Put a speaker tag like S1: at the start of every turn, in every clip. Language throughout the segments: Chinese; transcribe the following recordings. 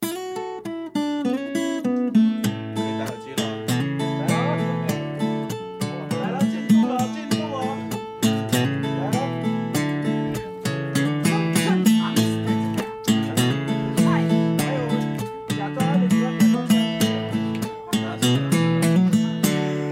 S1: 可以戴耳机了。来了，来了，进入了，进入了。来了。还有，假装安静，假装安静。那是。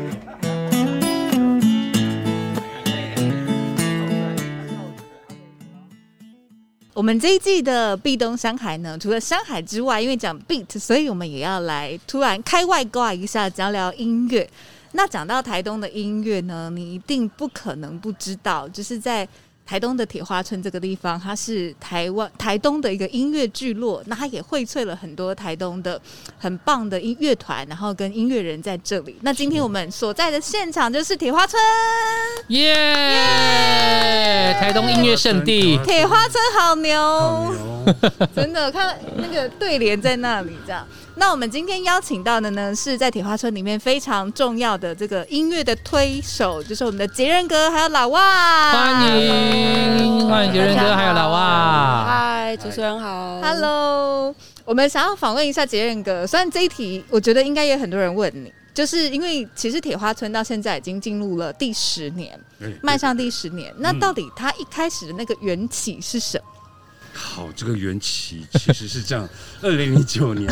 S2: 我们这一季的壁咚山海呢，除了山海之外，因为讲 beat，所以我们也要来突然开外挂一下，聊聊音乐。那讲到台东的音乐呢，你一定不可能不知道，就是在台东的铁花村这个地方，它是台湾台东的一个音乐聚落，那它也荟萃了很多台东的很棒的音乐团，然后跟音乐人在这里。那今天我们所在的现场就是铁花村，
S3: 耶、台东音乐圣地，
S2: 铁花村好牛，
S4: 哦
S1: 牛，
S2: 真的看那个对联在那里这样。那我们今天邀请到的呢，是在铁花村里面非常重要的这个音乐的推手，就是我们的杰仁哥还有老哇，
S3: 欢迎欢迎杰仁哥还有老啊哇。
S5: 嗨，主持人好。
S2: ，Hello。我们想要访问一下杰仁哥，虽然这一题我觉得应该也很多人问你，就是因为其实铁花村到现在已经进入了第十年，
S4: 哎
S2: 迈向第十年，那到底它一开始的那个缘起是什么？
S4: 好，这个缘起其实是这样：二零零九年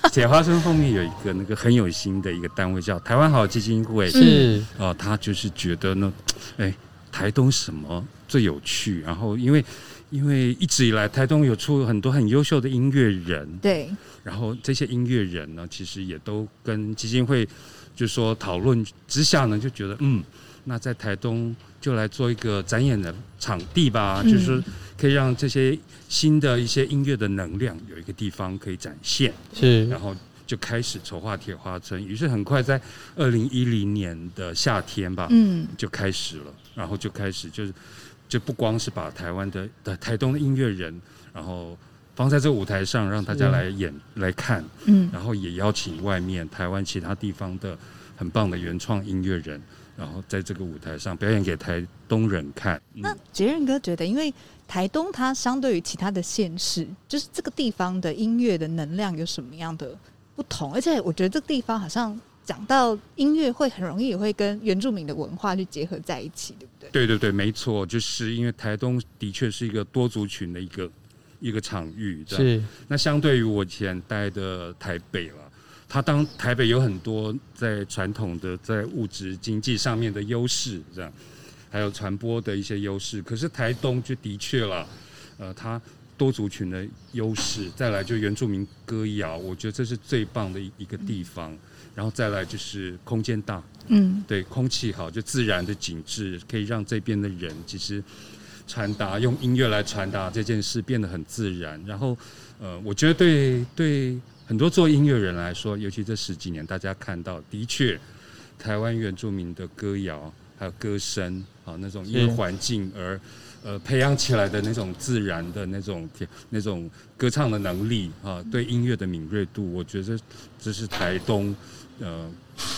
S4: 啊，铁花村后面有一个那个很有心的一个单位叫台湾好基金会，
S3: 是，
S4: 哦、他就是觉得呢，哎，台东什么最有趣？然后因为因为一直以来台东有出很多很优秀的音乐人，
S2: 对，
S4: 然后这些音乐人呢，其实也都跟基金会就说讨论之下呢，就觉得嗯，那在台东就来做一个展演的场地吧，
S2: 嗯
S4: 就是可以让这些新的一些音乐的能量有一个地方可以展现，
S3: 是
S4: 然后。就开始筹划铁花村，于是很快在二零一零年的夏天吧，
S2: 嗯，
S4: 就开始了，然后就开始就是就不光是把台湾的的台东的音乐人，然后放在这个舞台上让大家
S3: 是
S4: 来演来看，
S2: 嗯
S4: 然后也邀请外面台湾其他地方的很棒的原创音乐人，然后在这个舞台上表演给台东人看。嗯
S2: 那杰任哥觉得，因为台东它相对于其他的县市，就是这个地方的音乐的能量有什么样的不同？而且我觉得这个地方好像讲到音乐会，很容易也会跟原住民的文化去结合在一起，对不对？
S4: 对对对，没错，就是因为台东的确是一个多族群的一个一个场域，这样
S3: 是
S4: 那相对于我以前待的台北了，它当台北有很多在传统的在物质经济上面的优势，这样，还有传播的一些优势。可是台东就的确了，呃，它多族群的优势，再来就原住民歌谣，我觉得这是最棒的一一个地方。然后再来就是空间大，
S2: 嗯
S4: 对，空气好，就自然的景致，可以让这边的人其实传达用音乐来传达这件事变得很自然。然后，呃，我觉得对对很多做音乐人来说，尤其这十几年，大家看到的确，台湾原住民的歌谣还有歌声啊，那种因为
S3: 是
S4: 环境而。呃，培养起来的那种自然的那种呃那种歌唱的能力啊，对音乐的敏锐度，我觉得这是台东呃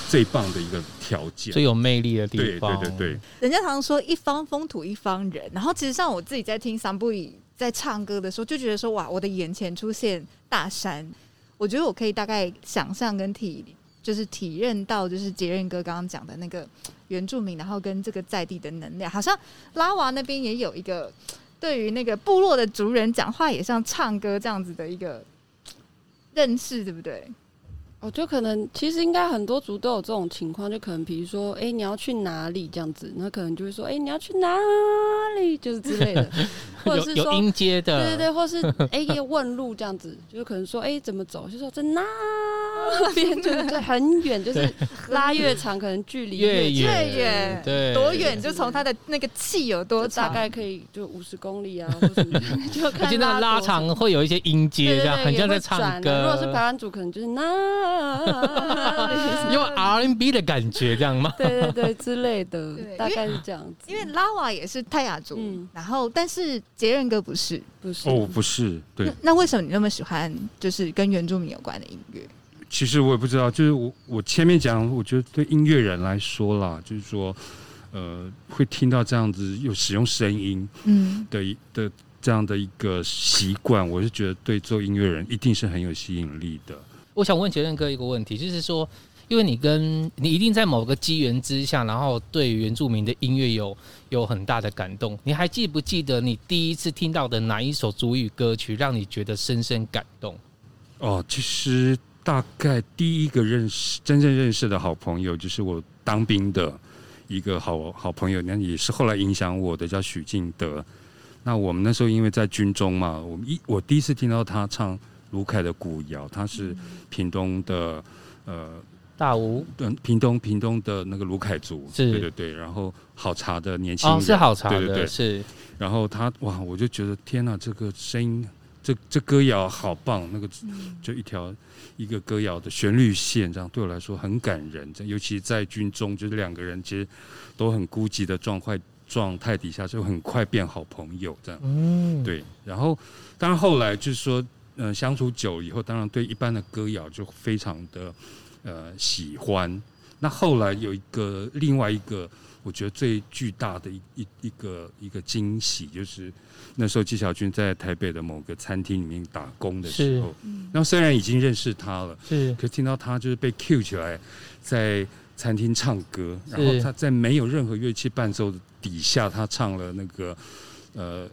S4: 最棒的一个条件。
S3: 最有魅力的地
S4: 对
S3: 方。
S4: 对对对，
S2: 人家常说一方风土一方人，然后其实像我自己在听桑布里在唱歌的时候，就觉得说哇，我的眼前出现大山，我觉得我可以大概想象跟体就是体认到，就是杰任哥刚刚讲的那个原住民，然后跟这个在地的能量，好像拉瓦那边也有一个对于那个部落的族人讲话也像唱歌这样子的一个认识，对不对？
S5: 我觉得哦可能其实应该很多族都有这种情况，就可能比如说，哎、你要去哪里这样子，那可能就会说，哎、你要去哪里，就是之类的，或 者
S3: 有
S5: 是
S3: 有
S5: 说，
S3: 音阶
S5: 对
S3: 的，
S5: 对对，或是哎、也问路这样子，就是可能说，哎、怎么走，就说在那边，就是在很远，就是拉越长，可能距离
S3: 越
S5: 近
S3: 远
S2: 越远
S3: 对
S2: 多远就从他的那个气有多
S5: 就大
S2: 长，
S5: 概可以就五十公里啊，或什 么的，就
S3: 而
S5: 看
S3: 且那个拉
S5: 多长
S3: 长会有一些音阶，
S5: 对
S3: 这样
S5: 对对
S3: 很像
S5: 也
S3: 在
S5: 会
S3: 唱
S5: 转
S3: 歌。
S5: 的如果是台湾组，可能就是那
S3: ，有 R&B 的感觉，这样 吗？
S5: 对对对之类的
S2: 对，
S5: 大概是这样子。
S2: 因为拉瓦也是泰雅族，
S5: 嗯
S2: 然后但是杰任哥不是，
S5: 不是
S4: 哦，不是，对
S2: 那，那为什么你那么喜欢就是跟原住民有关的音乐？
S4: 其实我也不知道，就是我我前面讲，我觉得对音乐人来说啦，就是说，呃会听到这样子有使用声音
S2: 嗯
S4: 的一的这样的一个习惯，我是觉得对做音乐人一定是很有吸引力的。
S3: 我想问杰任哥一个问题，就是说，因为你跟你一定在某个机缘之下，然后对原住民的音乐有有很大的感动。你还记不记得你第一次听到的哪一首主语歌曲，让你觉得深深感动？
S4: 哦，其实大概第一个认识、真正认识的好朋友，就是我当兵的一个好好朋友，那也是后来影响我的，叫许敬德。那我们那时候因为在军中嘛，我们一我第一次听到他唱卢凯的古谣，他
S3: 嗯
S4: 是屏东的，呃，
S3: 大吴
S4: 嗯，屏东屏东的那个卢凯族，
S3: 是
S4: 对对对，然后好茶的年轻人、
S3: 哦，是好茶的，
S4: 对对对，
S3: 是
S4: 然后他哇，我就觉得天哪，这个声音，这这歌谣好棒，那个就一条一个歌谣的旋律线，这样对我来说很感人。这尤其在军中，就是两个人其实都很孤寂的状态状态底下，就很快变好朋友这样。
S3: 嗯，
S4: 对，然后当然后来就是说，嗯、相处久以后，当然对一般的歌谣就非常的呃喜欢。那后来有一个另外一个，我觉得最巨大的一一一个一个惊喜，就是那时候纪晓君在台北的某个餐厅里面打工的时候，那虽然已经认识他了，
S3: 是
S4: 可听到他就是被 cue 起来，在餐厅唱歌，
S3: 是
S4: 然后他在没有任何乐器伴奏底下，他唱了那个呃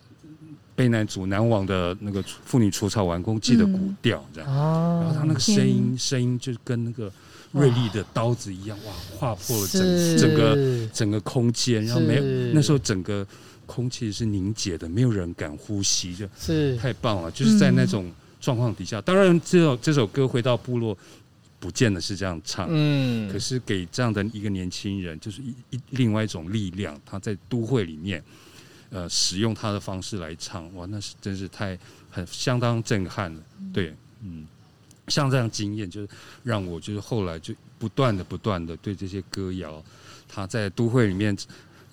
S4: 被男主南网的那个《妇女除草完工记》的古调，这样，然后
S3: 啊
S4: 他那个声音声音就跟那个锐利的刀子一样，哇，划破了整整个
S3: 个
S4: 整个空间，然后没有
S3: 是
S4: 那时候整个空气是凝结的，没有人敢呼吸，就是太棒了！就是在那种状况底下，当然这首这首歌回到部落，不见得是这样唱，
S3: 嗯，
S4: 可是给这样的一个年轻人，就是一一另外一种力量。他在都会里面，呃，使用他的方式来唱，哇，那是真是太很相当震撼了。对，嗯，像这样经验，就是让我就是后来就不断的不断的对这些歌谣，他在都会里面。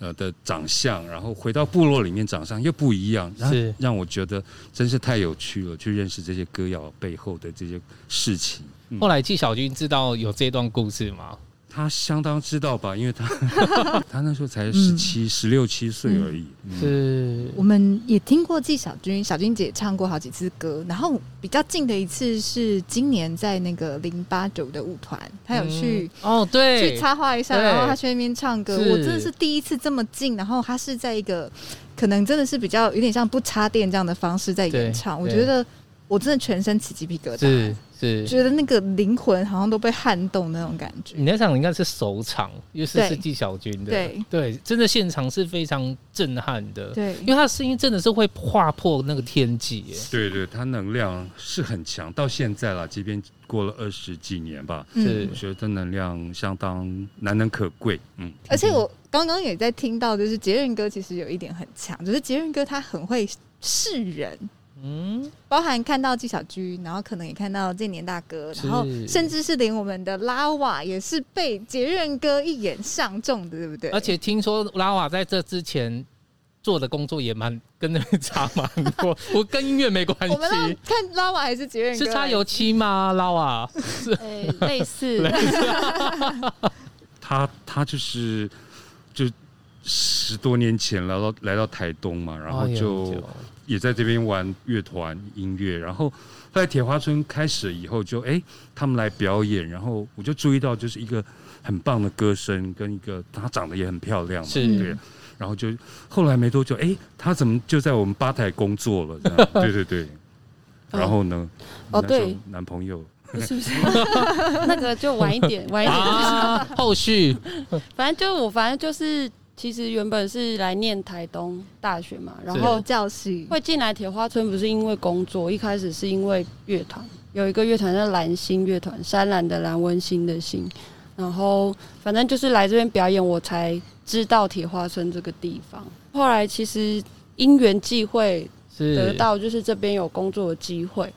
S4: 呃的长相，然后回到部落里面长相又不一样，让
S3: 是
S4: 让我觉得真是太有趣了，去认识这些歌谣背后的这些事情。嗯
S3: 后来纪晓君知道有这段故事吗？
S4: 他相当知道吧，因为他他那时候才十七、十六七岁而已。嗯
S3: 嗯是
S2: 我们也听过纪晓君，小君姐唱过好几次歌，然后比较近的一次是今年在那个零八九的舞团，她有去、
S3: 嗯哦，对，
S2: 去插画一下，
S3: 对
S2: 然后他去那边唱歌，
S3: 是
S2: 我真的是第一次这么近，然后他是在一个可能真的是比较有点像不插电这样的方式在演唱，我
S3: 对
S2: 觉得我真的全身起鸡皮疙瘩
S3: 是，是，
S2: 觉得那个灵魂好像都被撼动那种感觉
S3: 你。那场应该是首场，又是
S2: 对
S3: 是纪晓君的，
S2: 对
S3: 真的现场是非常震撼的，
S2: 对，
S3: 因为他的声音真的是会划破那个天际耶，
S4: 对对，他能量是很强，到现在啦，即便过了二十几年吧，
S2: 嗯
S3: 是嗯
S4: 我觉得他能量相当难能可贵。嗯，
S2: 而且我刚刚也在听到，就是杰任哥其实有一点很强，就是杰任哥他很会示人，
S3: 嗯，
S2: 包含看到纪晓君，然后可能也看到建年大哥，
S3: 是
S2: 然后甚至是连我们的拉瓦也是被杰任哥一眼上中的，对不对？
S3: 而且听说拉瓦在这之前做的工作也蛮跟那个差蛮 多，我跟音乐没关
S2: 我们拉
S3: 系，
S2: 看拉瓦还是杰任哥
S3: 是擦油漆吗？拉瓦
S5: 哎，类似
S4: 他他就是就十多年前来到来到台东嘛，然后
S3: 哎呀
S4: 就、也在这边玩乐团音乐，然后后来铁花村开始以后就，哎他们来表演，然后我就注意到就是一个很棒的歌声跟一个她长得也很漂亮嘛，
S3: 是
S4: 对，然后就后来没多久，哎她怎么就在我们吧台工作了？这 样对对对，然后呢？
S5: 哦
S4: 那时候
S5: 对
S4: 男朋友
S5: 不是不 是，那个就晚一点，
S4: 哎
S5: 晚一点。
S3: 啊，后续
S5: 反正就我，反正就是，其实原本是来念台东大学嘛，然
S3: 是
S5: 后
S2: 后哦教系，
S5: 会进来铁花村不是因为工作，一开始是因为乐团，有一个乐团叫蓝星乐团，山蓝的蓝，温馨的馨。然后反正就是来这边表演，我才知道铁花村这个地方。后来其实因缘际会
S3: 是
S5: 得到，就是这边有工作的机会，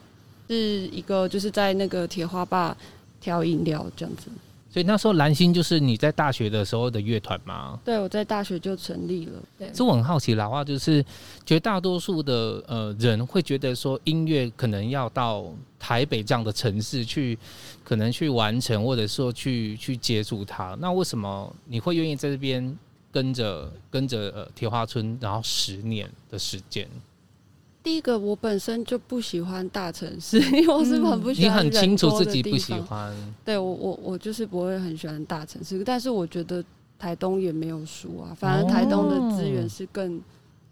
S5: 是一个就是在那个铁花坝调饮料这样子。
S3: 所以那时候蓝星就是你在大学的时候的乐团吗？
S5: 对，我在大学就成立了。对，
S3: 所以我很好奇，老话就是绝大多数的呃人会觉得说，音乐可能要到台北这样的城市去，可能去完成，或者说去去接触它。那为什么你会愿意在这边跟着跟着呃铁花村，然后十年的时间，
S5: 第一个，我本身就不喜欢大城市， 因为我是很不
S3: 嗯
S5: 喜
S3: 你
S5: 欢、
S3: 很清楚自己不喜。欢。
S5: 对我，我我就是不会很喜欢大城市，但是我觉得台东也没有输
S3: 哦
S5: 啊，反而台东的资源是更、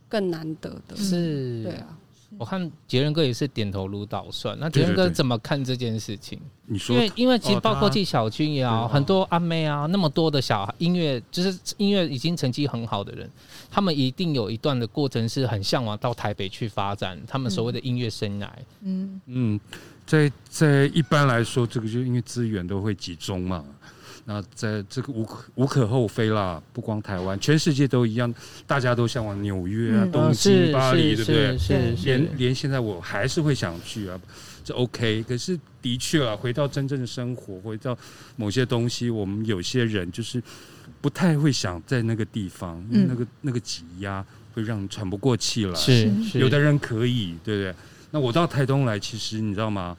S5: 更难得的。
S4: 嗯
S3: 是，
S5: 对啊，
S3: 我看杰仁哥也是点头如捣蒜。那杰仁
S4: 对
S3: 哥
S4: 对对
S3: 怎么看这件事情？
S4: 你
S3: 因
S4: 说
S3: 为因为其实
S4: 哦
S3: 包括
S4: 他
S3: 纪晓君也好，
S4: 对哦
S3: 很多阿妹啊，那么多的小孩音乐，就是音乐已经成绩很好的人，他们一定有一段的过程是很向往到台北去发展，他们所谓的音乐生涯。
S2: 嗯，
S4: 嗯，在在一般来说，这个就因为资源都会集中嘛。那在这个无可无可厚非啦，不光台湾，全世界都一样，大家都向往纽约啊、
S2: 嗯
S4: 东京、
S3: 哦是
S4: 巴黎，
S3: 是
S4: 对不
S3: 是？
S4: 对
S3: 是是
S4: 连，连现在我还是会想去啊，这 OK。可是的确啊，回到真正的生活，回到某些东西，我们有些人就是不太会想在那个地方，因为
S2: 嗯
S4: 那个那个挤压会让你喘不过气来。
S3: 是是
S4: 有的人可以，对不对？那我到台东来，其实你知道吗？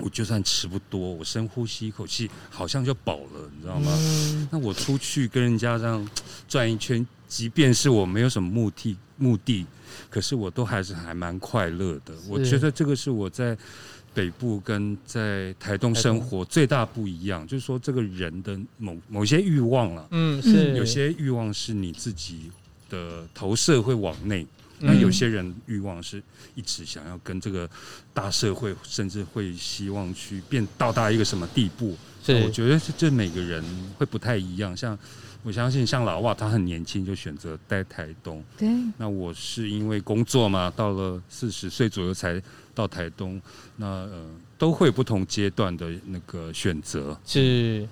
S4: 我就算吃不多，我深呼吸一口气，好像就饱了，你知道吗？那我出去跟人家这样转一圈，即便是我没有什么目的目的，可是我都还是还蛮快乐的。我觉得这个是我在北部跟在台东生活最大不一样，就是说这个人的某某些欲望了、
S3: 嗯是
S4: 有些欲望是你自己的投射会往内，
S3: 嗯
S4: 那有些人欲望是一直想要跟这个大社会，甚至会希望去变到达一个什么地步。那我
S3: 是
S4: 觉得这这每个人会不太一样。像我相信，像老外他很年轻就选择待台东，
S2: 对，
S4: 那我是因为工作嘛，到了四十岁左右才到台东。那呃，都会有不同阶段的那个选择。
S3: 是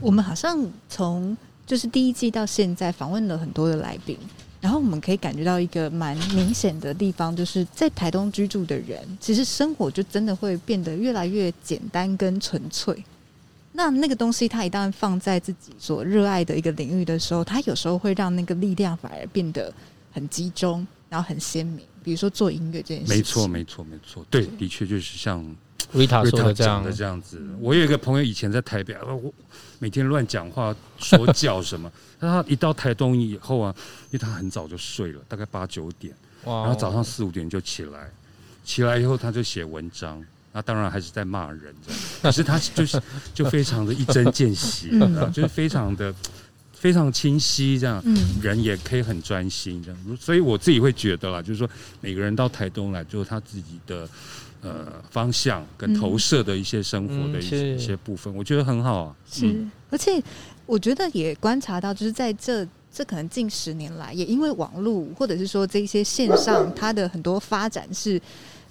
S2: 我们好像从就是第一季到现在访问了很多的来宾，然后我们可以感觉到一个蛮明显的地方，就是在台东居住的人，其实生活就真的会变得越来越简单跟纯粹。那那个东西，它一旦放在自己所热爱的一个领域的时候，它有时候会让那个力量反而变得很集中，然后很鲜明。比如说做音乐这件事情，
S4: 没错，没错，没错。对，的确就是像
S3: Rita
S4: 瑞
S3: 说
S4: 塔
S3: 的这
S4: 讲
S3: 样
S4: 的，这样子。我有一个朋友以前在台北，啊我每天乱讲话，说教什么。 那他一到台东以后啊，因为他很早就睡了，大概八九点，
S3: 哇哦
S4: 然后早上四五点就起来，起来以后他就写文章。那当然还是在骂人这样，可是他就是就非常的一针见血，
S2: 嗯
S4: 然后就是非常的非常清晰这样。
S2: 嗯，
S4: 人也可以很专心这样。如所以我自己会觉得啦，就是说每个人到台东来，就是他自己的呃方向跟投射的一些生活的一些、
S3: 嗯是
S4: 一些部分，我觉得很好啊。
S2: 是，
S3: 嗯
S2: 而且我觉得也观察到，就是在这这可能近十年来，也因为网络或者是说这一些线上，它的很多发展是。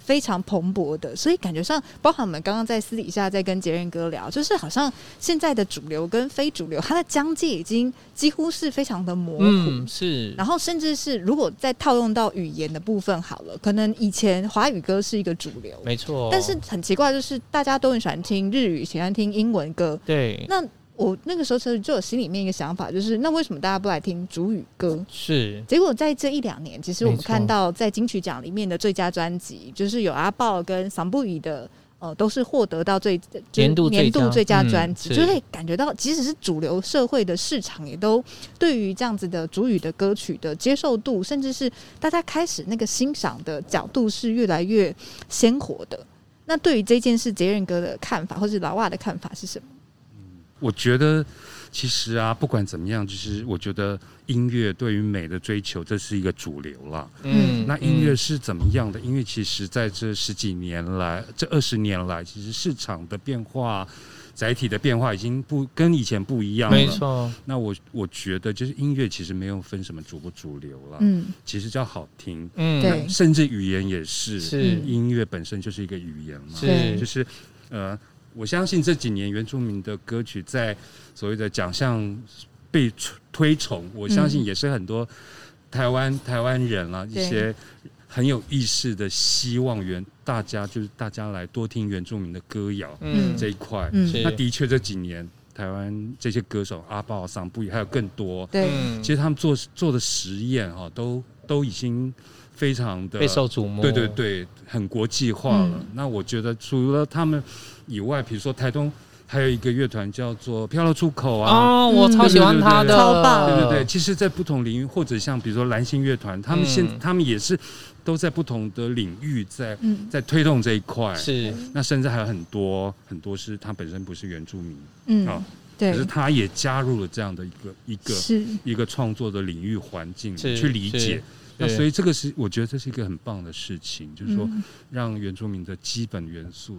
S2: 非常蓬勃的，所以感觉上，包含我们刚刚在私底下在跟杰任哥聊，就是好像现在的主流跟非主流，它的疆界已经几乎是非常的
S4: 哦
S2: 模糊。
S3: 嗯是，
S2: 然后甚至是如果再套用到语言的部分好了，可能以前华语歌是一个主流，
S3: 没错，
S2: 但是很奇怪，就是大家都很喜欢听日语，喜欢听英文歌，
S3: 对
S2: 那我那个时候其实就有心里面一个想法，就是那为什么大家不来听主语歌？
S3: 是
S2: 结果在这一两年，其实我们
S3: 没错
S2: 看到在金曲奖里面的最佳专辑，就是有阿豹跟桑布语的，呃，都是获得到最就是
S3: 年度最佳
S2: 年度最佳专辑，
S3: 嗯是
S2: 就会感觉到，即使是主流社会的市场，也都对于这样子的主语的歌曲的接受度，甚至是大家开始那个欣赏的角度是越来越鲜活的。那对于这件事，杰任哥的看法，或是老瓦的看法是什么？
S4: 我觉得其实啊，不管怎么样，就是我觉得音乐对于美的追求，这是一个主流啦。
S2: 嗯
S4: 那音乐是怎么样的？因为其实在这十几年来，这二十年来，其实市场的变化、载体的变化已经不跟以前不一样了。
S3: 没错，
S4: 那我我觉得就是音乐其实没有分什么主不主流啦，
S2: 嗯
S4: 其实叫好听，
S3: 嗯
S2: 对
S4: 甚至语言也是，
S3: 是
S4: 音乐本身就是一个语言嘛，
S2: 对
S4: 就
S3: 就是
S4: 呃，我相信这几年原住民的歌曲在所谓的奖项被推推崇，我相信也是很多台湾台湾人啦、
S2: 嗯对
S4: 一些。很有意识的，希望原大家就是大家来多听原住民的歌谣、
S3: 嗯
S4: 这一块。
S2: 嗯，
S3: 是
S4: 那的确这几年台湾这些歌手阿豹、桑布语还有更多，
S2: 对，
S3: 嗯
S4: 其实他们做做的实验哈、都都已经非常的
S3: 备受瞩目，
S4: 呃对对对，很国际化了。
S2: 嗯
S4: 那我觉得除了他们以外，比如说台东。还有一个乐团叫做飘到出口啊，
S3: 哦，我超喜欢他的，
S2: 嗯超棒
S4: 对对对，，其实，在不同领域，或者像比如说蓝星乐团，他们现、
S3: 嗯
S4: 他们也是都在不同的领域在
S2: 嗯
S4: 在推动这一块。，
S3: 是
S4: 那甚至还有很多很多是他本身不是原住民，
S2: 嗯
S4: 哦，
S2: 对
S4: 可是，他也加入了这样的一个一个
S2: 是
S4: 一个创作的领域环境
S3: 是
S4: 去理解
S3: 是。
S4: 那
S3: 对
S4: 所以这个是我觉得这是一个很棒的事情，就是说
S2: 嗯
S4: 让原住民的基本元素，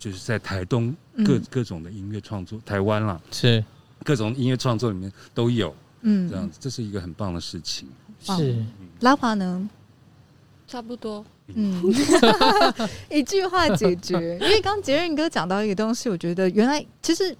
S4: 就是在台东
S2: 嗯
S4: 各、各种的音乐创作，台湾啦，
S3: 是
S4: 各种音乐创作里面都有。
S2: 嗯
S4: 这样子，这是一个很棒的事情。
S2: 棒
S3: 是，
S2: 拉华呢？
S5: 差不多。
S2: 嗯， 一句话解决。因为刚杰任哥讲到一个东西，我觉得原来其实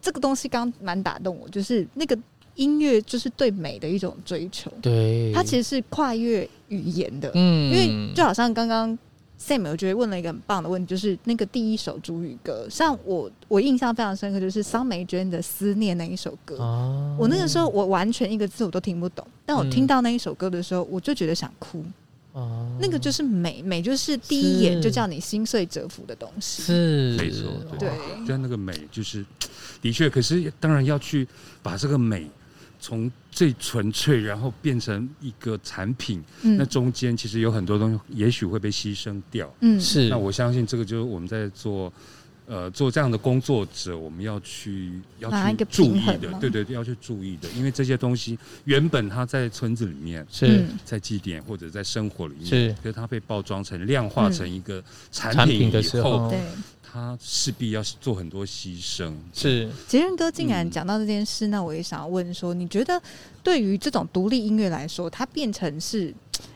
S2: 这个东西刚蛮打动我，就是那个音乐就是对美的一种追求，
S3: 对，
S2: 它其实是跨越语言的。因
S3: 嗯，
S2: 为就好像刚刚 Sam 我觉得问了一个很棒的问题，就是那个第一首主语歌，像我我印象非常深刻，就是桑梅娟的《思念》那一首歌。
S3: 哦
S2: 我那个时候我完全一个字我都听不懂，但我
S3: 嗯
S2: 听到那一首歌的时候，我就觉得想哭。
S3: 哦
S2: 那个就是美，美就是第一眼就叫你心碎折服的东西。
S3: 是
S4: 没错
S2: 对，
S4: 嗯但那个美就是，的确，可是当然要去把这个美从最纯粹，然后变成一个产品，那
S2: 嗯
S4: 中间其实有很多东西也许会被牺牲掉。
S2: 嗯
S3: 是
S4: 那我相信这个就是我们在做。呃，做这样的工作者，我们要去要
S2: 拿一
S4: 去
S2: 个
S4: 注
S2: 平
S4: 意
S2: 衡
S4: 的
S2: 吗，
S4: 对对对，要去注意的，因为这些东西原本它在村子里面，
S3: 是
S2: 嗯
S4: 在祭典或者在生活里面，
S3: 是
S4: 可是它被包装成量化
S2: 嗯
S4: 成一个
S3: 产
S4: 产
S3: 品
S4: 品
S3: 的
S4: 以
S3: 时
S4: 后
S3: 候，
S2: 对。
S4: 他势必要做很多牺牲。
S3: 是
S2: 杰任哥竟然
S4: 嗯
S2: 讲到这件事，那我也想要问说，你觉得对于这种独立音乐来说，它变成是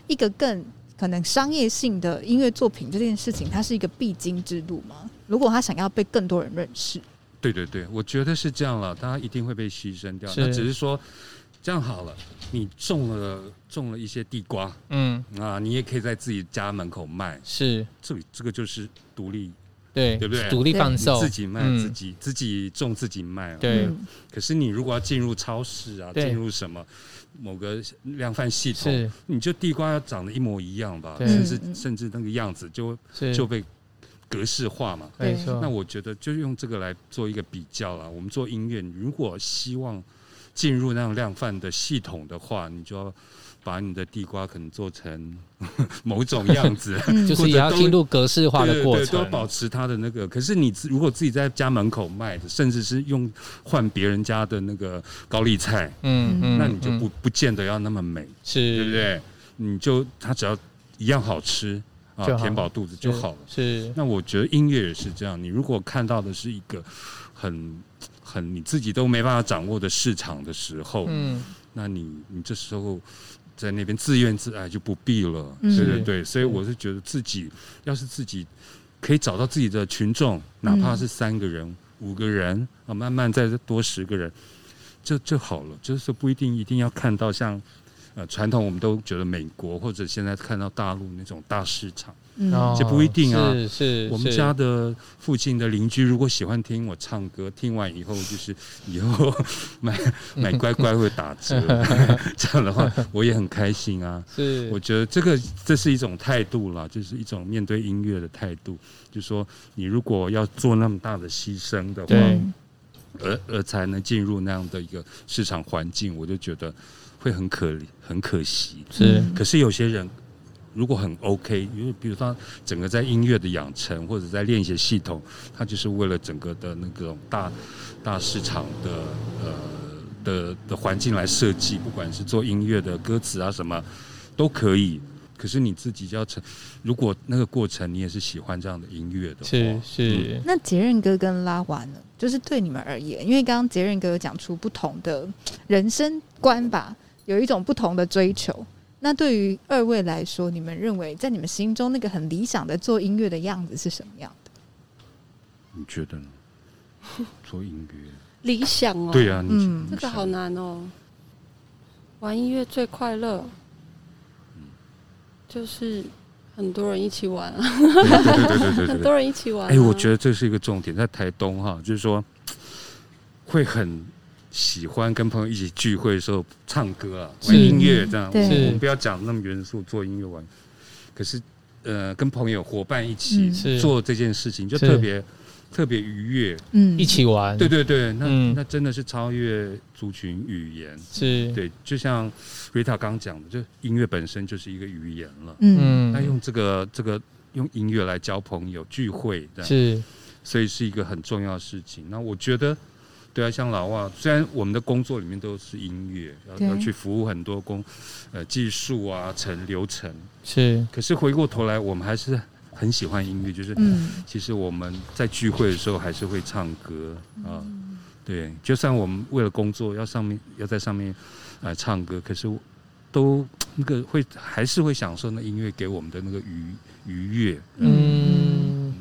S2: 一个更可能商业性的音乐作品这件事情，它是一个必经之路吗？如果他想要被更多人认识，
S4: 对对对，我觉得是这样了，他一定会被牺牲掉。
S3: 是
S4: 那只是说，这样好了，你种了种了一些地瓜
S3: 嗯
S4: 啊，你也可以在自己家门口卖。
S3: 是，
S4: 这里这个就是独立，
S3: 对
S4: 对不对
S3: 独立贩
S4: 你
S3: 售
S4: 自己卖
S3: 嗯
S4: 自己，自己种自己卖啊。
S3: 对
S2: 嗯
S4: 可是你如果要进入超市啊，
S3: 对
S4: 进入什么某个量贩系统，
S3: 是
S4: 你就地瓜要长得一模一样吧，
S3: 对
S4: 甚至
S2: 嗯嗯
S4: 甚至那个样子就会
S3: 是
S4: 就被格式化嘛。
S3: 没
S2: 对
S3: 错，
S4: 那我觉得就用这个来做一个比较啦。我们做音乐，你如果希望进入那样量贩的系统的话，你就要把你的地瓜可能做成 某种样子，
S2: 嗯
S3: 就是也要
S4: 或者都
S3: 进入格式化的过
S4: 对对对都要保
S3: 程，
S4: 持它的那个。可是你自如果自己在家门口卖的，甚至是用换别人家的那个高丽菜，
S3: 嗯嗯，
S4: 那你就
S3: 嗯
S4: 不不见得要那么美，
S3: 是
S4: 对不？对？你就它只要一样好吃啊
S3: 就，好
S4: 填饱肚子就好了。
S3: 是
S4: 那我觉得音乐也是这样，你如果看到的是一个很很你自己都没办法掌握的市场的时候，
S3: 嗯
S4: 那你你这时候在那边自怨自艾就不必了，
S2: 嗯
S4: 对对对。所以我是觉得自己要是自己可以找到自己的群众，哪怕是三个人、五个人啊，慢慢再多十个人，就就好了。就是不一定一定要看到像。呃，传统我们都觉得美国或者现在看到大陆那种大市场，
S2: 嗯
S3: 哦
S4: 这不一定啊
S3: 是是，
S4: 我们
S3: 是
S4: 家的附近的邻居如果喜欢听我唱歌，听完以后就是以 后买买乖乖会打折，这样的话我也很开心啊。
S3: 是
S4: 我觉得这个这是一种态度啦，就是一种面对音乐的态度，就是说你如果要做那么大的牺牲的
S3: 对
S4: 话，而而才能进入那样的一个市场环境，我就觉得会很可怜很可惜。
S3: 是
S4: 可是有些人如果很 OK，因为比如说他整个在音乐的养成或者在练习系统，他就是为了整个的那种大大市场的呃的的环境来设计，不管是做音乐的歌词啊什么都可以。可是你自己就要成，如果那个过程你也是喜欢这样的音乐的话，
S3: 是是
S2: 那杰任哥跟拉瓦呢？就是对你们而言，因为刚刚杰任哥有讲出不同的人生观吧，有一种不同的追求。那对于二位来说，你们认为在你们心中那个很理想的做音乐的样子是什么样的？
S4: 你觉得呢？做音乐，
S5: 理想哦，
S4: 对啊，你
S2: 嗯
S5: 这个好难哦。玩音乐最快乐，就是很多人一起玩啊，
S4: 对对对对对对对，
S5: 很多人一起玩、啊。
S4: 哎、我觉得这是一个重点，在台东哈，就是说会很喜欢跟朋友一起聚会的时候唱歌啊，玩
S3: 是
S4: 音乐这样。
S2: 对
S4: 我
S3: 是
S4: 们不要讲那么元素，做音乐玩，可是呃，跟朋友伙伴一起
S2: 嗯
S3: 是
S4: 做这件事情，就是特别特别愉悦。
S2: 嗯
S3: 一起玩，
S4: 对对对，那、
S3: 嗯
S4: 那真的是超越族群语言。
S3: 是，
S4: 对，就像 Rita 刚讲的，就音乐本身就是一个语言了。
S2: 嗯
S4: 那、
S3: 嗯，
S4: 用这个这个用音乐来交朋友、聚会，这样
S3: 是，
S4: 所以是一个很重要的事情。那我觉得，对啊，像老外，虽然我们的工作里面都是音乐，
S2: 对
S4: 要要去服务很多工，呃，技术啊、程流程，
S3: 是，
S4: 可是回过头来，我们还是很喜欢音乐，就是
S2: 嗯
S4: 其实我们在聚会的时候还是会唱歌啊。
S2: 嗯
S4: 对，就算我们为了工作要上面要在上面呃唱歌，可是都那个会还是会享受那音乐给我们的那个愉愉悦。
S3: 嗯，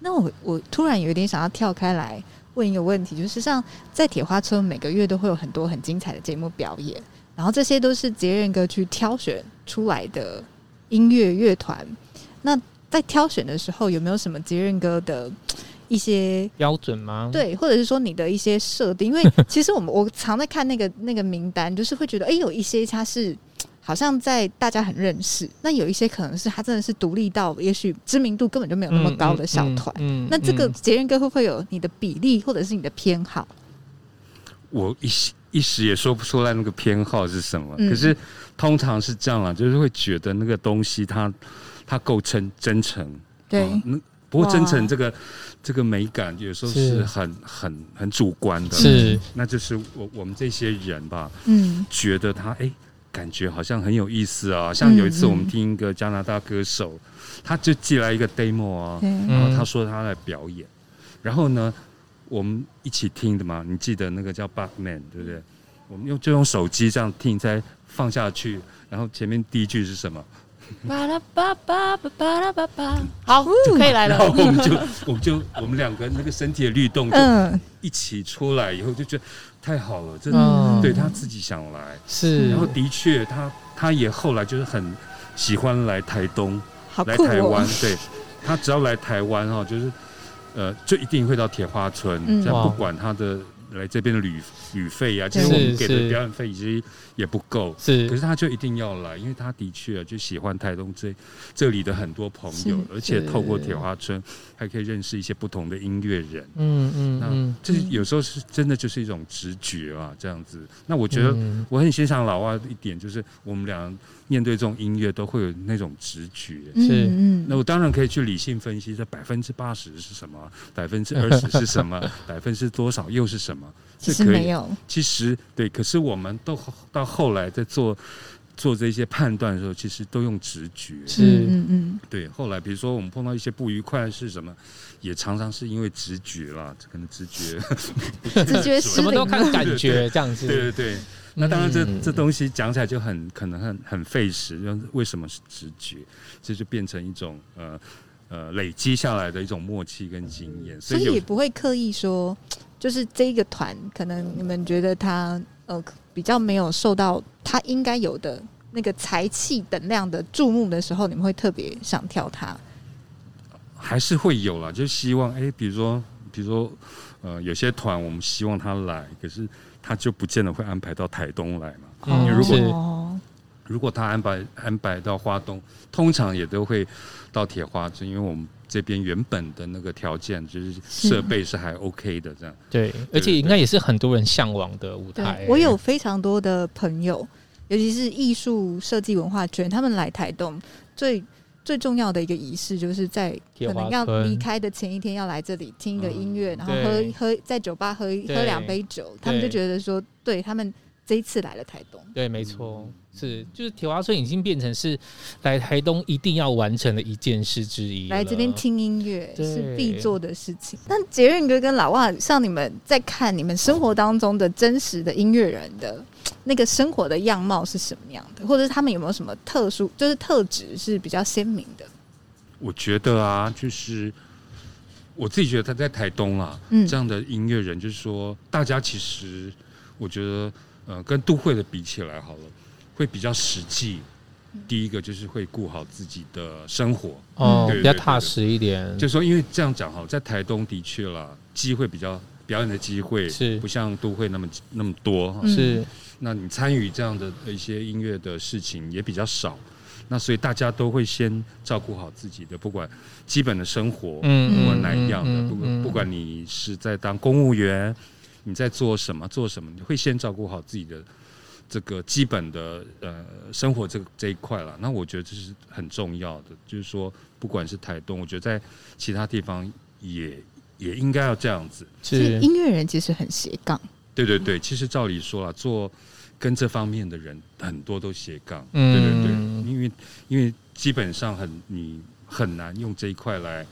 S2: 那我我突然有一点想要跳开来问一个问题，就是像在铁花村每个月都会有很多很精彩的节目表演，然后这些都是杰任哥去挑选出来的音乐乐团。那在挑选的时候，有没有什么杰任哥的嘖一些
S3: 标准吗？，
S2: 对，或者是说你的一些设定，因 为其实我们我常在看那个那个名单，就是会觉得，哎、有一些它是好像在大家很认识，那有一些可能是它真的是独立到，也许知名度根本就没有那么高的小团。
S3: 嗯，嗯
S2: 那这个
S3: 嗯
S2: 杰任哥会不会有你的比例，或者是你的偏好？
S4: 我一时一时也说不出来那个偏好是什么，
S2: 嗯
S4: 可是通常是这样啦，就是会觉得那个东西它它够真真诚。
S2: 对，
S4: 啊那不过真
S2: 哇
S4: 诚这个这个美感有时候
S3: 是
S4: 是很很很主观的，
S3: 是
S4: 那就是我我们这些人吧，
S2: 嗯
S4: 觉得他哎、诶感觉好像很有意思啊。像有一次
S2: 嗯
S4: 我们听一个加拿大歌手，他就寄来一个 demo 啊，
S2: 对，
S3: 嗯
S4: 然后他说他来表演，然后呢，我们一起听的嘛，你记得那个叫 Batman 对不对？我们用就用手机这样听，再放下去，然后前面第一句是什么？
S5: 巴拉巴巴巴巴拉巴巴，好，可以
S3: 哎
S5: 来
S4: 然后
S5: 了。
S4: 我们就我们就我们两个那个身体的律动就
S2: 嗯，
S4: 一起出来以后，就觉得太好了，真的、
S3: 嗯
S4: 对他自己想来。
S3: 是，
S4: 然后的确，他他也后来就是很喜欢来台东，
S2: 好
S4: 来
S2: 酷
S4: 台
S2: 哦
S4: 湾，，对他只要来台湾哈、哦，就是呃，就一定会到铁花村，
S2: 嗯
S4: 这样
S3: 哇哦
S4: 不管他的来这边的旅旅费啊，其实
S2: 对
S4: 我们给
S3: 是
S4: 的表演费其实也不够。
S3: 是，
S4: 可是他就一定要来，因为他的确啊就喜欢台东这这里的很多朋友
S2: 是，
S4: 而且
S3: 是
S4: 透过铁花村还可以认识一些不同的音乐人。
S3: 嗯嗯
S4: 那
S3: 嗯，
S4: 这有时候是真的就是一种直觉啊，这样子。那我觉得
S3: 嗯
S4: 我很欣赏老外的一点，就是我们俩面对这种音乐都会有那种直觉。
S3: 是
S2: 嗯
S4: 那我当然可以去理性分析，这百分之八十是什么，百分之二十是什么，百分之多少又是什么？
S2: 其实
S4: 是可以
S2: 没有，
S4: 其实对，可是我们都到后来在做做这些判断的时候，其实都用直觉。
S3: 是
S2: 嗯嗯
S4: 对，后来比如说我们碰到一些不愉快是什么，也常常是因为直觉啦，可能直觉。
S2: 嗯，直觉
S3: 什
S2: 失
S3: 么都
S2: 灵
S3: 看
S2: 了，
S3: 感觉这样子，
S4: 对对对。那当然这，这
S3: 嗯
S4: 东西讲起来就很可能很很费时，就是为什么是直觉？这就变成一种呃呃累积下来的一种默契跟经验，
S2: 所
S4: 所以
S2: 以
S4: 有
S2: 也不会刻意说，就是这一个团可能你们觉得他呃比较没有受到他应该有的那个才气等量的注目的时候，你们会特别想跳他。
S4: 还是会有啦，就希望哎、比如说比如说呃有些团我们希望他来，可是他就不见得会安排到台东来嘛。
S3: 嗯
S4: 如果
S2: 哦，
S4: 如果他安排安排到花东，通常也都会到铁花村，因为我们这边原本的那个条件就是设备是还 OK 的这样。
S3: 对，而且应该也是很多人向往的舞台
S2: 对，。我有非常多的朋友，尤其是艺术设计文化圈，他们来台东最最重要的一个仪式，就是在
S3: 铁
S2: 可
S3: 花
S2: 能要
S3: 村嗯
S2: 离开的前一天要来这里听一个音乐，然后
S3: 对
S2: 喝喝在酒吧喝一喝
S3: 对
S2: 两杯酒，他们就
S3: 对
S2: 觉得说，对他们这一次来了台东。
S3: 对，没错，
S4: 嗯
S3: 是就是铁花村已经变成是来台东一定要完成的一件事之一了。
S2: 来这边听音乐
S3: 对
S2: 是必做的事情。那杰任哥跟老万，像你们在看你们生活当中的真实的音乐人的那个生活的样貌是什么样的，或者是他们有没有什么特殊，就是特质是比较鲜明的？
S4: 我觉得啊，就是我自己觉得他在台东啦，
S2: 嗯
S4: 这样的音乐人，就是说大家其实我觉得呃跟都会的比起来好了，会比较实际。第一个就是会顾好自己的生活，
S3: 哦，
S4: 嗯对
S3: 比较
S4: 对对
S3: 踏实
S2: 嗯
S3: 一点，
S4: 就是说因为这样讲哈，在台东的确啦，机会比较表演的机会
S3: 是
S4: 不像都会那么那么多哈，
S2: 嗯
S3: 是
S4: 那你参与这样的一些音乐的事情也比较少。那所以大家都会先照顾好自己的，不管基本的生活，
S3: 嗯
S4: 不管
S2: 嗯
S4: 哪一样的，
S3: 嗯
S4: 不
S3: 嗯
S4: 管不管你是在当公务员，你在做什么做什么，你会先照顾好自己的这个基本的呃生活这个这一块了。那我觉得这是很重要的，就是说不管是台东，我觉得在其他地方也也应该要这样子。
S2: 所以音乐人其实很斜杠，
S4: 对对对，其实照理说啊，做跟这方面的人很多都斜杠，
S3: 嗯
S4: 对对对，因为因为基本上很你很难用这一块来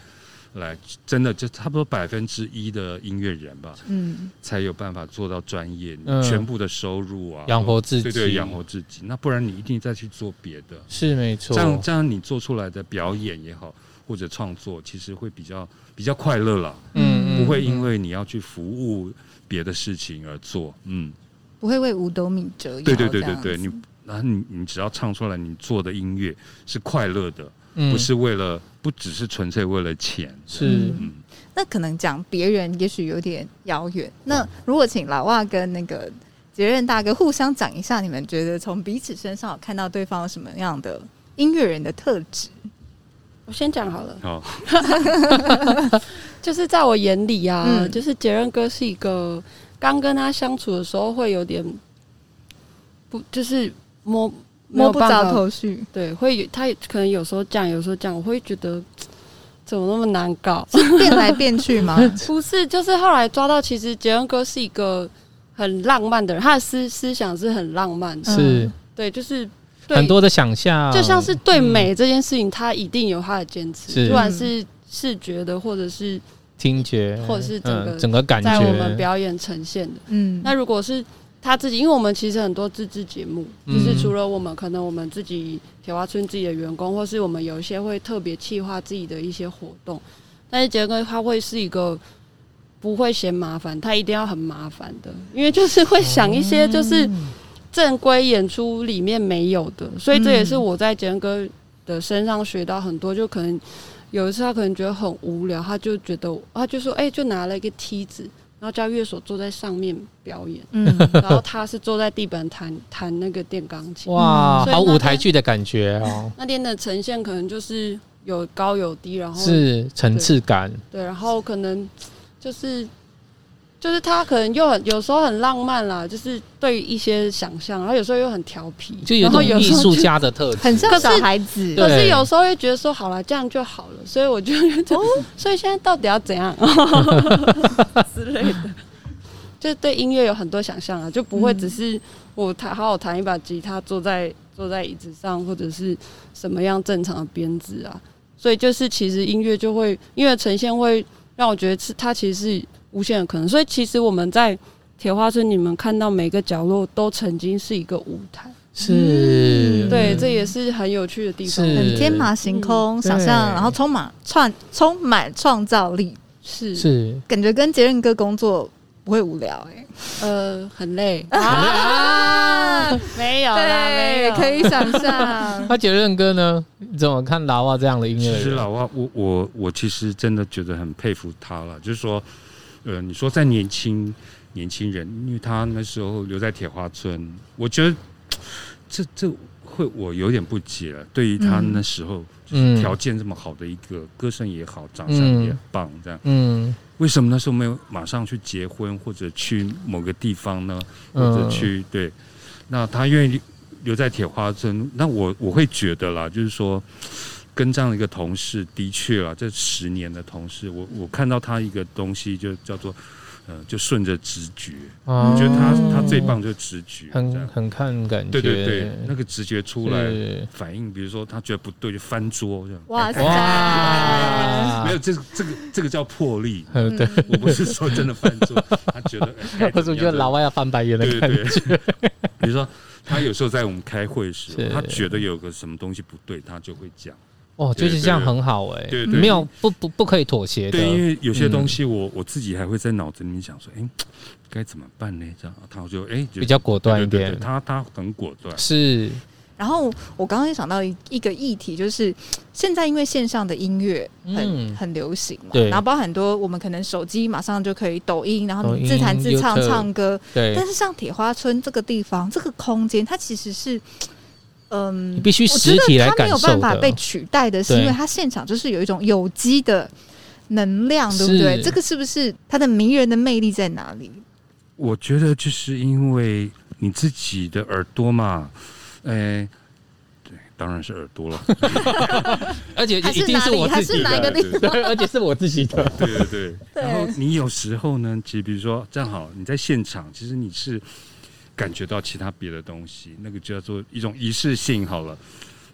S4: 来真的就差不多百分之一的音乐人吧，
S2: 嗯，
S4: 才有办法做到专业，你
S3: 嗯
S4: 全部的收入啊，
S3: 养活自己
S4: 对对，养活自己，那不然你一定再去做别的，
S3: 是没
S4: 这
S3: 错，
S4: 样这样你做出来的表演也好，或者创作，其实会比较比较快乐啦，
S3: 嗯
S4: 不会因为你要去服务别的事情而做，嗯。
S2: 不会为五斗米折腰。
S4: 对对对对
S2: 这
S4: 对，
S2: 样子
S4: 你然后你你只要唱出来，你做的音乐是快乐的，
S3: 嗯
S4: 不是为了不只是纯粹为了钱。
S3: 是
S4: 嗯，
S2: 那可能讲别人也许有点遥远。那如果请老外跟那个杰任大哥互相讲一下，你们觉得从彼此身上有看到对方有什么样的音乐人的特质？
S5: 我先讲好了，
S4: 好，
S5: 就是在我眼里啊，
S2: 嗯
S5: 就是杰任哥是一个刚跟他相处的时候会有点不，就是摸没
S2: 摸
S5: 有
S2: 不
S5: 办法
S2: 着头绪，
S5: 对，会有他可能有时候讲，有时候讲，我会觉得怎么那么难搞？
S2: 变来变去吗？
S5: 不是，就是后来抓到，其实杰恩哥是一个很浪漫的人，他的思思想是很浪漫的，
S3: 是
S5: 对，就是嗯对
S3: 很，多的想象，
S5: 就像是对美这件事情，他一定有他的坚
S3: 是
S5: 持，不管是视觉的，或者是
S3: 听觉，
S5: 或者是整个
S3: 嗯整个感觉，
S5: 在我们表演呈现的。
S2: 嗯，
S5: 那如果是他自己，因为我们其实很多自制节目，就
S3: 嗯
S5: 是除了我们，可能我们自己铁花村自己的员工，或是我们有一些会特别企划自己的一些活动，但是杰哥他会是一个不会嫌麻烦，他一定要很麻烦的，因为就是会想一些就是正规演出里面没有的，所以这也是我在杰哥的身上学到很多，就可能。有一次，他可能觉得很无聊，他就觉得，他就说，哎、就拿了一个梯子，然后叫乐手坐在上面表演，
S2: 嗯，
S5: 然后他是坐在地板弹弹那个电钢琴。
S3: 哇，
S5: 嗯所以
S3: 好
S5: 那
S3: 舞台
S5: 个
S3: 剧的感觉哦，
S5: 那天的呈现可能就是有高有低，然后
S3: 是层次感，
S5: 对，然后可能就是就是他可能又很有时候很浪漫啦，就是对于一些想象，然后有时候又很调皮，
S3: 就有
S5: 然后
S3: 种
S5: 有
S3: 艺
S5: 时候
S3: 术
S5: 就。
S3: 家的特质，
S2: 很像
S5: 可是
S2: 小孩子，
S3: 对
S5: 可是有时候会觉得说好了，这样就好了，所以我就觉得， 所以现在到底要怎样 之类的，就对音乐有很多想象啊，就不会
S2: 嗯
S5: 只是我弹好好弹一把吉他，坐在坐在椅子上或者是什么样正常的编制啊，所以就是其实音乐就会音乐呈现会让我觉得是它其实是无限的可能，所以其实我们在铁花村，你们看到每个角落都曾经是一个舞台，
S3: 是，
S5: 嗯对，这也是很有趣的地方，
S3: 是
S2: 很天马行空，
S3: 嗯
S2: 想象，
S3: 对
S2: 然后充满创充满创造力，
S5: 是
S3: 是
S2: 感觉跟杰任哥工作不会无聊哎、，
S5: 呃，很累
S2: 啊，
S5: 没有啦，没
S2: 对，
S5: 有，
S2: 可以想象，
S3: 那杰任哥呢？你怎么看老啊这样的音乐
S4: 其
S3: 人？
S4: 实老外，我我我其实真的觉得很佩服他了，就是说，呃，你说在年轻年轻人，因为他那时候留在铁花村，我觉得这这会我有点不解了，对于他
S2: 嗯
S4: 那时候
S3: 嗯
S4: 条件这么好的一个歌声也好，长相也
S3: 嗯
S4: 棒，这样。
S3: 嗯
S4: 为什么那时候没有马上去结婚或者去某个地方呢？或
S3: 嗯
S4: 者去、对，那他愿意留在铁花村，那我我会觉得啦，就是说跟这样的一个同事，的确啦，这十年的同事，我我看到他一个东西就叫做。呃，就顺着直觉，
S3: 哦
S4: 我觉得他
S2: 嗯
S4: 他最棒就是直觉，这
S3: 很
S4: 样
S3: 很看感觉，
S4: 对对对，那个直觉出来
S3: 是
S4: 反应，比如说他觉得不对就翻桌这样，
S2: 哇塞，
S3: 哇，
S4: 没有这个这个这个叫魄力，
S3: 嗯， 对，
S4: 我不是说真的翻 桌，他觉得哎该
S3: 我
S4: 怎
S3: 总
S4: 么样
S3: 觉得
S4: 就
S3: 老外要翻白眼的
S4: 对
S3: 感觉，
S4: 对对， 比如说他有时候在我们开会时
S3: 是，
S4: 他觉得有个什么东西不对，他就会讲。
S3: 哦，就
S4: 对
S3: 是
S4: 对
S3: 这样很好哎，
S4: 对对
S3: 没有不不不可以妥协的，
S4: 对，因为有
S3: 嗯
S4: 些东西我、我自己还会在脑子里面想说，哎、该怎么办呢？这样，他就哎、就
S3: 比较果断一
S4: 对对对
S3: 点
S4: 对，他他很果断。
S3: 是
S2: 然后我刚刚也想到一一个议题，就是现在因为线上的音乐很、
S3: 嗯
S2: 很流行嘛，
S3: 对
S2: 然后包含很多我们可能手机马上就可以抖音，然后
S3: 抖音
S2: 你自弹自唱
S3: YouTube
S2: 唱歌，
S3: 对
S2: 但，是像铁花村这个地方，这个空间它其实是嗯，
S3: 你必须
S2: 我觉
S3: 实
S2: 得
S3: 体来
S2: 它
S3: 感
S2: 没有
S3: 受
S2: 办法被
S3: 的。
S2: 取代的，是因为
S3: 对
S2: 它现场就是有一种有机的能量，对不对？
S3: 是
S2: 这个是不是它的迷人的魅力在哪里？
S4: 我觉得就是因为你自己的耳朵嘛，哎，对，当然是耳朵 了，
S3: 而且
S2: 还
S3: 一
S2: 是
S3: 定
S2: 哪
S3: 是我
S2: 里？还
S3: 自己
S2: 是哪一个
S3: 的，
S2: 地
S4: 对
S2: 方？
S3: 对，而且是我自己的。
S4: 对对对。嗯
S2: 对
S4: 然后你有时候呢，其实比如说这样好，你在现场，其实你是感觉到其他别的东西，那个叫做一种仪式性好了。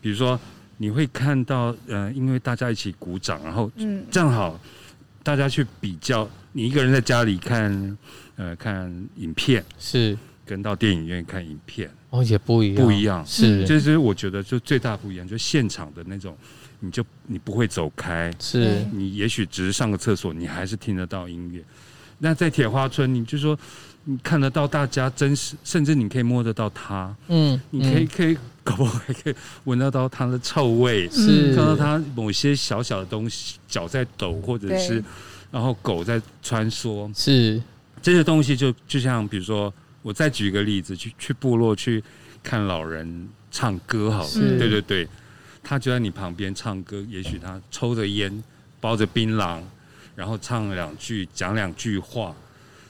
S4: 比如说你会看到，呃，因为大家一起鼓掌，然后
S2: 嗯，
S4: 正好大家去比较，你一个人在家里看，呃，看影片，
S3: 是
S4: 跟到电影院看影片
S3: 哦，也不一样，
S4: 不一样。
S3: 是
S4: 这就是我觉得就最大不一样，就现场的那种，你就你不会走开，
S3: 是
S2: 对
S4: 你也许只是上个厕所，你还是听得到音乐。那在铁花村，你就说你看得到大家真实，甚至你可以摸得到它，
S3: 嗯，
S4: 你可以、
S3: 嗯
S4: 可以搞不好还可以闻得到它的臭
S2: 嗯
S4: 味，
S3: 是
S4: 看到它某些小小的东西，脚在抖，或者是
S5: 对
S4: 然后狗在穿梭，
S3: 是
S4: 这些东西就就像比如说，我再举一个例子，去去部落去看老人唱歌好了，
S3: 是
S4: 对对对，他就在你旁边唱歌，也许他抽着烟，包着槟榔，然后唱两句，讲两句话。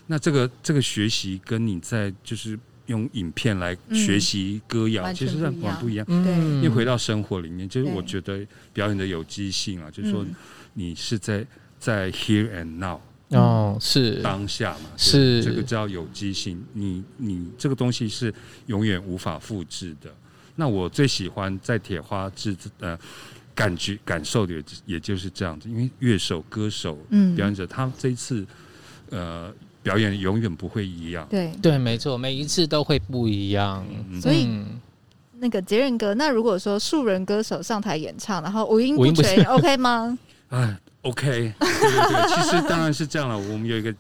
S4: 那这个这个学习跟你在就是用影片来
S2: 嗯
S4: 学习歌谣，
S2: 完
S4: 其
S2: 全
S4: 实
S2: 不一样
S4: 完全不一样。
S3: 嗯，
S4: 又回到生活里面，就是
S2: 对
S4: 我觉得表演的有机性啊，就是说
S2: 嗯
S4: 你是在在 here and now，
S3: 哦，是
S4: 当下嘛，
S3: 是
S4: 这个叫有机性，你你这个东西是永远无法复制的。那我最喜欢在铁花制作呃感觉感受的也也就是这样子，因为乐手、歌手、
S2: 嗯
S4: 表演者，他们这一次呃表演永远不会一样。
S2: 对。
S3: 对，没错，每一次都会不一样。
S4: 嗯
S2: 所以
S3: 嗯
S2: 那个杰任哥，那如果说素人歌手上台演唱，然后五音
S3: 五
S2: 不
S3: 音不
S2: 全，OK 吗？
S4: 哎，OK，对对对，其实当然是这样了。我们有一个，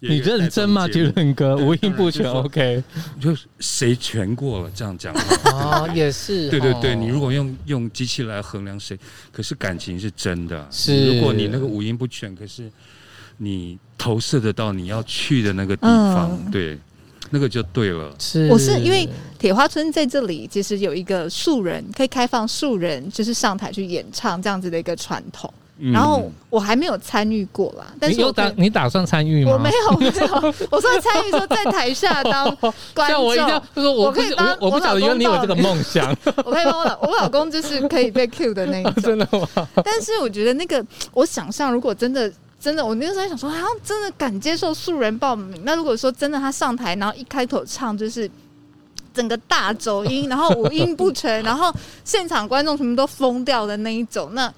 S4: 有
S3: 你
S4: 一个
S3: 认真吗，
S4: 带动节
S3: 杰
S4: 目
S3: 伦哥？
S4: 对
S3: 无音不
S4: 当
S3: 全
S4: 然是
S3: ，OK。
S4: 就是谁全过了这样讲话。
S3: 哦，也是。
S4: 对对
S3: 哦
S4: 对，你如果用用机器来衡量谁，可是感情是真的啊。
S3: 是
S4: 如果你那个五音不全，可是你投射得到你要去的那个地方，
S2: 嗯
S4: 对，那个就对了。
S3: 是，
S2: 我是因为铁花村在这里其实有一个素人可以开放素人就是上台去演唱这样子的一个传统，
S4: 嗯
S2: 然后我还没有参与过啦，但
S3: 你
S2: 是我
S3: 有
S2: 可
S3: 打
S2: 以
S3: 你打算参与吗？
S2: 我没有，我没有，我说参与说在台下当观
S3: 像
S2: 众，
S3: 我一定要，就是我
S2: 我
S3: 不
S2: 可以
S3: 是
S2: 帮
S3: 我我不
S2: 我
S3: 晓
S2: 老
S3: 得原来你
S2: 公
S3: 有
S2: 报
S3: 这个
S2: 名
S3: 梦想，
S2: 我可以帮我老我老公就是可以被 Q 的那一种
S3: 真，的吗？
S2: 但是我觉得那个我想象如果真的。真的，我那时候在想说，好像真的敢接受素人报名。那如果说真的他上台，然后一开口唱就是整个大走音，然后五音不 全，然后现场观众全部都疯掉的那一种，那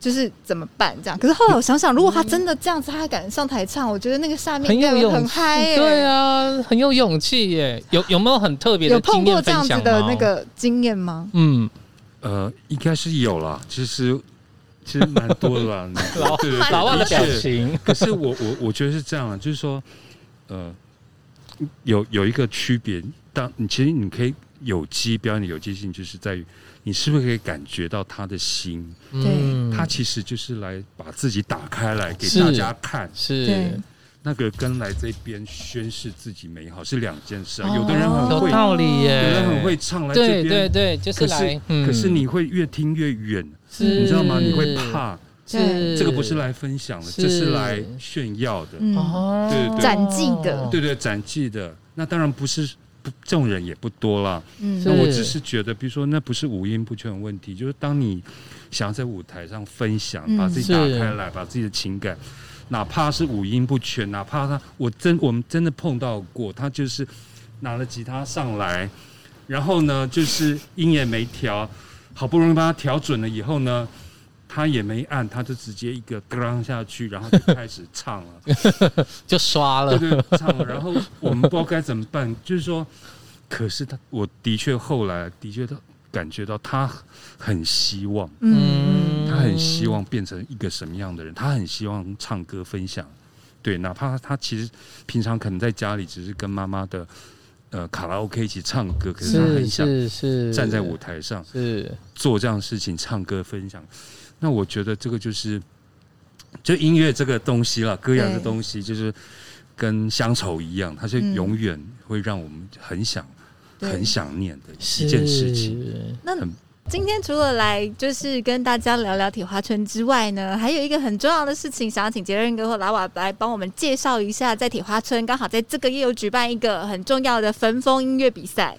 S2: 就是怎么办？这样。可是后来我想想，如果他真的这样子，他还敢上台唱，我觉得那个下面
S3: 很
S2: 应该
S3: 有
S2: 会
S3: 勇
S2: 很
S3: 气，
S2: 嗨、耶。
S3: 对啊，很有勇气耶。有有没有很特别
S2: 有
S3: 的
S2: 碰
S3: 经
S2: 过
S3: 验
S2: 这样子
S3: 分享
S2: 的
S3: 吗
S2: 那，个经验吗？
S3: 嗯，
S4: 呃，应该是有啦，其实其实蛮多 的啦。
S3: 老
S4: 对对对
S3: 老外的
S4: 的确
S3: 表情，
S4: 可是我我我觉得是这样啊，就是说，呃，有有一个区别，当你其实你可以有机表演的有机性，就是在于你是不是可以感觉到他的心。
S3: 嗯，
S4: 他其实就是来把自己打开来给
S3: 是
S4: 大家看，
S3: 是
S2: 对
S4: 那个跟来这边宣示自己美好是两件事啊。
S2: 哦
S4: 有的人很
S3: 有
S4: 会，
S3: 道理耶，
S4: 有的人很会唱来这
S3: 对对
S4: 边，
S3: 对，就是
S4: 可是
S3: 来，嗯
S4: 可是你会越听越远，
S3: 是
S4: 你知道吗？你会，怕，
S3: 是
S4: 这个不是来分享的，
S3: 是
S4: 这是来炫耀的，
S2: 嗯，
S3: 哦，
S4: 对对对
S2: 展技的
S4: 对对，展技的。那当然不是。不，这种人也不多啦。
S2: 嗯
S4: 那
S3: 是
S4: 我只是觉得，比如说，那不是五音不全的问题，就是当你想要在舞台上分享，
S2: 嗯
S4: 把自己打
S3: 是
S4: 开来，把自己的情感，哪怕是五音不全，哪怕他我真我们真的碰到过，他就是拿了吉他上来，然后呢，就是音也没调，好不容易把它调准了以后呢。他也没按，他就直接一个 咣下去，然后就开始唱了。
S3: 就刷了，
S4: 对对，唱了。然后我们不知道该怎么办，就是说，可是他，我的确后来的确他感觉到他很希望，
S2: 嗯，
S4: 他很希望变成一个什么样的人，他很希望唱歌分享。对，哪怕他其实平常可能在家里只是跟妈妈的呃卡拉 OK 一起唱歌，可是他
S3: 是
S4: 很想
S3: 是是，
S4: 站在舞台上
S3: 是
S4: 做这样的事情，唱歌分享。那我觉得这个就是，就音乐这个东西了，歌谣
S2: 对
S4: 这东西，就是跟乡愁一样，它是
S2: 嗯
S4: 永远会让我们很想、
S2: 对
S4: 很想念的一件事情。
S3: 是
S2: 那
S4: 很
S2: 今天除了来就是跟大家聊聊铁花村之外呢，还有一个很重要的事情，想要请杰任哥或拉瓦来帮我们介绍一下，在铁花村刚好在这个月有举办一个很重要的焚风音乐比赛。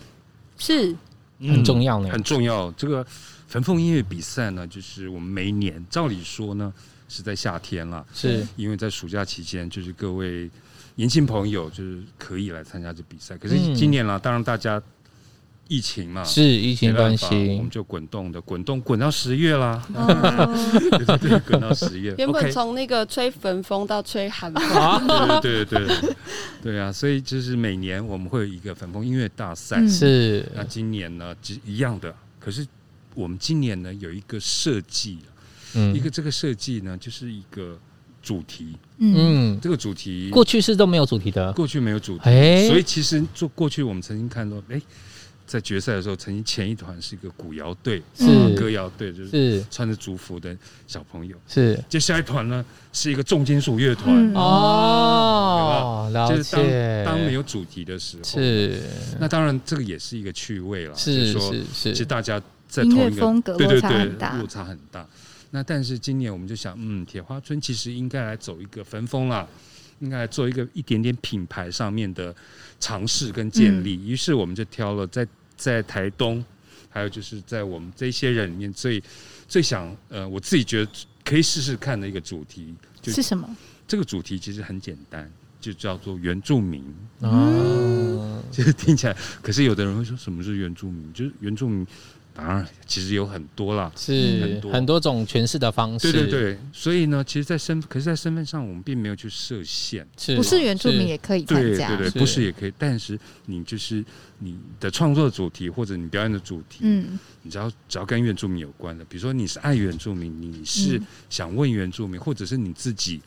S5: 是
S3: 嗯很重要呢。
S4: 嗯很重要。这个焚风音乐比赛呢，就是我们每一年，照理说呢是在夏天了，
S3: 是
S4: 因为在暑假期间，就是各位年轻朋友就是可以来参加这比赛。可是
S3: 嗯
S4: 今年啦，当然大家疫情嘛，
S3: 是疫情
S4: 没
S3: 关
S4: 办法，我
S3: 系
S4: 们，就滚动的滚动滚到十月啦，
S2: 哦，
S4: 对对对，滚到十月。
S5: 原本
S4: OK 啊
S5: 从那个吹焚风到吹寒风，
S4: 对对对对对啊，所以就是每年我们会有一个焚风音乐大赛，
S2: 嗯
S3: 是
S4: 那今年呢，其实一样的，可是我们今年呢有一个设计啊，
S3: 嗯
S4: 一个这个设计呢，就是一个主题，
S2: 嗯，
S3: 嗯，
S4: 这个主题
S3: 过去是都没有主题的，
S4: 过去没有主题，
S3: 哎，
S4: 所以其实做过去我们曾经看到，哎、在决赛的时候，曾经前一团是一个古谣队，啊
S3: 是
S4: 歌谣队，就是
S3: 是
S4: 穿着族服的小朋友，
S3: 是
S4: 接下一团呢是一个重金属乐团。哦
S2: 嗯
S3: 哦，
S4: 啊就
S3: 了
S4: 是当
S3: 解，
S4: 当没有主题的时候，
S3: 是
S4: 那当然这个也是一个趣味啦，就是说
S3: 是
S4: 其实
S3: 是，
S4: 大家在
S2: 音
S4: 同
S2: 乐
S4: 一个
S2: 风格
S4: 对
S2: 落
S4: 对
S2: 差
S4: 对
S2: 很，大
S4: 落。差很大。那但是今年我们就想，嗯，铁花村其实应该来走一个焚风啦，应该来做一个一点点品牌上面的尝试跟建立。
S2: 嗯
S4: 于、是我们就挑了在在台东，还有就是在我们这些人里面最最想呃，我自己觉得可以试试看的一个主题。就是
S2: 什么？
S4: 这个主题其实很简单，就叫做原住民。
S3: 哦，
S4: 就是听起来，可是有的人会说什么是原住民？就是原住民，当然其实有很多啦，
S3: 是
S4: 很多
S3: 很多种诠释的方式，
S4: 对对，对，所以呢，其实，在身，可是，在身份上，我们并没有去设限。
S3: 是
S2: 不是原住民也可以参
S4: 对
S2: 加
S4: 对。对，
S3: 是
S4: 不是也可以，但是你就是你的创作主题或者你表演的主题，
S2: 嗯，
S4: 你只要只要跟原住民有关的，比如说你是爱原住民，你是
S2: 嗯
S4: 想问原住民，或者是你自己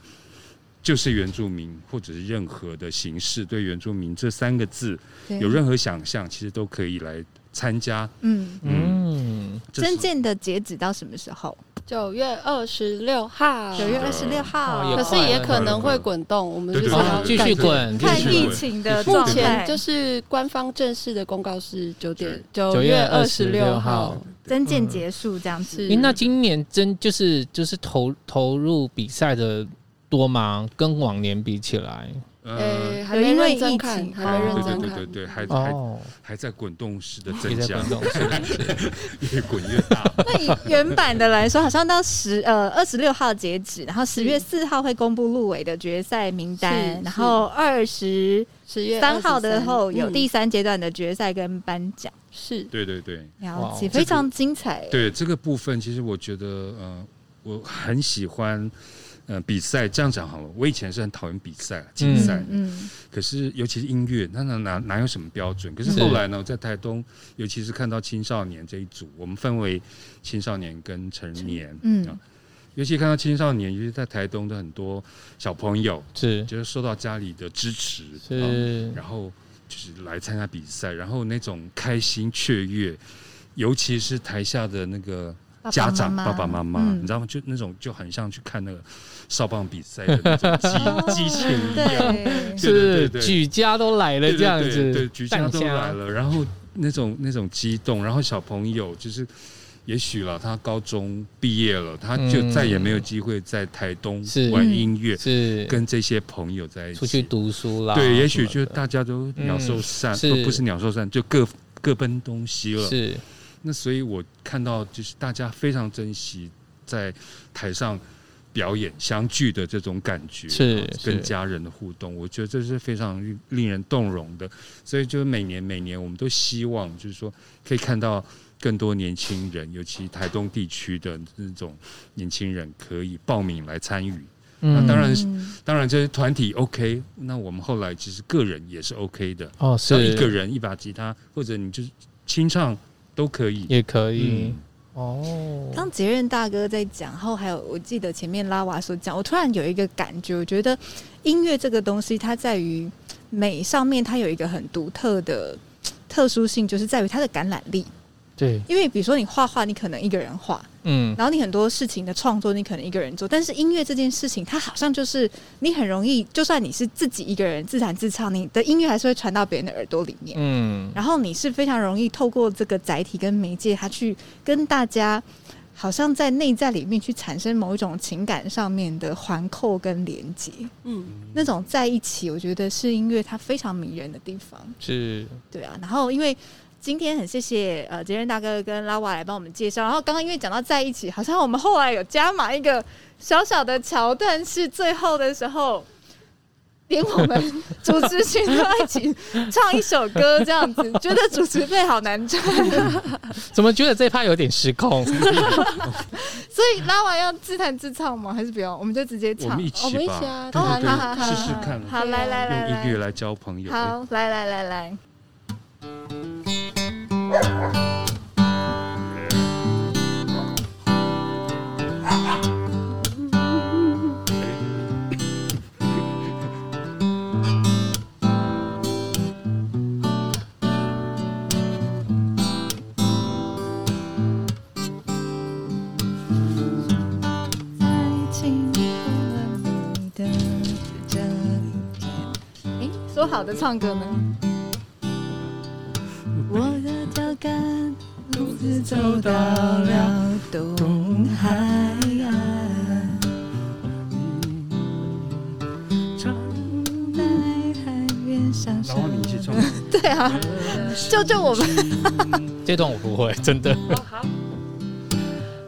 S4: 就是原住民，或者是任何的形式对原住民这三个字
S2: 对
S4: 有任何想象，其实都可以来参加。
S2: 嗯，
S3: 嗯，
S4: 这是
S2: 真正的截止到什么时候？
S5: 九月二十六号，
S2: 九月二十六
S3: 哦
S2: 号。
S3: 也
S5: 可是也可能会滚动，我们就是要
S2: 对
S3: 继续滚，继
S2: 看
S3: 续
S2: 疫
S3: 滚，
S2: 情的
S5: 目
S2: 状态
S5: 前，就是官方正式的公告是九点
S3: 9
S5: 九
S3: 月
S5: 月
S3: 二
S5: 二
S3: 十
S5: 十
S3: 六
S5: 六
S3: 号
S5: 号，
S2: 真
S4: 嗯
S2: 见结束这样子。
S5: 是
S3: 诶那今年真就是就是投投入比赛的多吗？跟往年比起来，
S4: 呃，
S5: 呃，还没认
S2: 嗯
S5: 真
S2: 有因
S5: 看，
S2: 为疫情
S5: 还没认
S4: 对
S5: 真
S4: 对
S5: 看，
S4: 对对对，还还
S3: 哦，
S4: 还在滚动式的
S3: 也
S4: 增
S3: 在
S4: 加
S3: 滚，动，是不是？
S4: 越滚越大。
S2: 那以原版的来说，好像到十呃二十六号截止，然后十月四号会公布入围的决赛名单
S5: 是，
S2: 然后二十
S5: 十月
S2: 三号的
S5: 23
S2: 后有
S5: 嗯
S2: 第三阶段的决赛跟颁奖，
S5: 是
S4: 对对对
S2: 了
S3: 这
S2: 解，
S3: 个
S2: 非常精彩。
S4: 哦对，这个部分其实我觉得，呃，我很喜欢，呃，比赛。这样讲好了，我以前是很讨厌比赛、竞
S2: 嗯，
S4: 赛，
S2: 嗯
S4: 可是尤其是音乐，那哪哪哪有什么标准？可是
S3: 是
S4: 后来呢，我在台东，尤其是看到青少年这一组，我们分为青少年跟成年，
S2: 嗯
S4: 尤其看到青少年，尤其在台东的很多小朋友，
S3: 是
S4: 就是受到家里的支持，啊
S3: 是
S4: 然后就是来参加比赛，然后那种开心雀跃，尤其是台下的那个
S2: 爸爸
S4: 家长
S2: 妈妈
S4: 爸爸妈妈，
S2: 嗯
S4: 你知道吗？就那种就很像去看那个少棒比赛的那 种激激情一样，
S2: 对，
S4: 对对
S3: 是，
S4: 对
S3: 举家都来了
S4: 对
S3: 这样
S4: 对对对，
S3: 子，
S4: 举家都
S3: 蛋
S4: 来了，然后那种那种激动，然后小朋友就是。也许了，他高中毕业了，他就再也没有机会在台东
S3: 嗯是
S4: 玩音乐，
S3: 是
S4: 跟这些朋友在一起
S3: 出去读书啦，
S4: 对，也许
S3: 什
S4: 就
S3: 么的
S4: 大家都鸟兽散，
S3: 嗯是
S4: 不不是鸟兽散，就各各奔东西了。
S3: 是
S4: 那所以我看到就是大家非常珍惜在台上表演相聚的这种感觉，
S3: 是
S4: 啊
S3: 是
S4: 跟家人的互动，我觉得这是非常令令人动容的。所以就是每年每年我们都希望就是说可以看到。更多年轻人，尤其台东地区的那种年轻人，可以报名来参与。
S3: 嗯
S4: 那当然
S2: 嗯
S4: 当然，这些团体 OK，那我们后来其实个人也是 OK 的。
S3: 哦，
S4: 只要
S3: 是
S4: 一个人一把吉他，或者你就是清唱都可以。
S3: 也可以
S4: 嗯，
S3: 哦，
S2: 当杰任大哥在讲，然后还有我记得前面拉瓦所讲，我突然有一个感觉，我觉得音乐这个东西，它在于美上面，它有一个很独特的特殊性，就是在于它的感染力。
S3: 对，
S2: 因为比如说你画画，你可能一个人画，
S3: 嗯，
S2: 然后你很多事情的创作，你可能一个人做，但是音乐这件事情，它好像就是你很容易，就算你是自己一个人自弹自唱，你的音乐还是会传到别人的耳朵里面。
S3: 嗯，
S2: 然后你是非常容易透过这个载体跟媒介，它去跟大家好像在内在里面去产生某一种情感上面的环扣跟连接，
S5: 嗯，
S2: 那种在一起，我觉得是音乐它非常迷人的地方。
S3: 是
S2: 对啊，然后因为今天很谢谢呃杰任大哥跟拉瓦来帮我们介绍，然后刚刚因为讲到在一起，好像我们后来有加码一个小小的桥段，是最后的时候。连我们主持群都要一起唱一首歌，这样子，觉得主持费好难赚，
S3: 怎么觉得这一趴有点失 控？
S2: 所以拉瓦要自弹自唱吗？还是不要？我哦们就直接
S4: 我
S2: 唱
S4: 们。一
S5: 我
S4: 起
S5: 们一起
S4: 吧，
S5: 啊，
S4: 对
S2: 好
S4: 对
S2: 好好好
S4: 对，试试看，
S2: 好，来来来
S4: 用音乐
S2: 来，
S4: 来交朋友。哎
S2: 好，来来来来，在经过了你的这一天。诶，哎说好的唱歌呢？我的脚杆独自走到了东海岸，在海面上
S4: 然后你一起唱，
S2: 对啊，救救我们！
S3: 这段我不会，真的。
S2: 嗯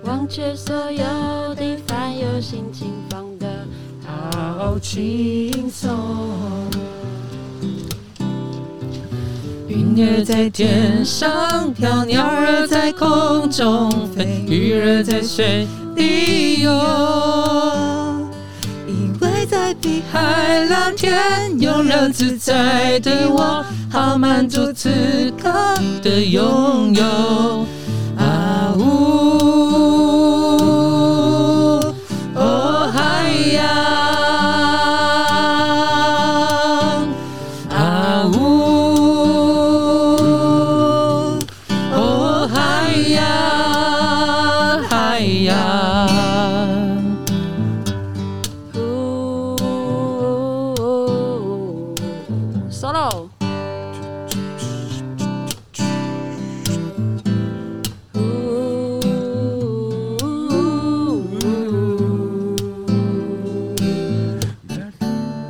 S5: 忘却所有的烦忧，心情放得好轻松。
S3: 云儿在天上飘，鸟儿在空中飞，鱼儿在水里游。
S2: 依偎在碧
S3: 海蓝天，有人自在对我，好满足此刻的拥有。啊呜，哦海洋，啊呜，哦海洋，海洋。
S5: Solo。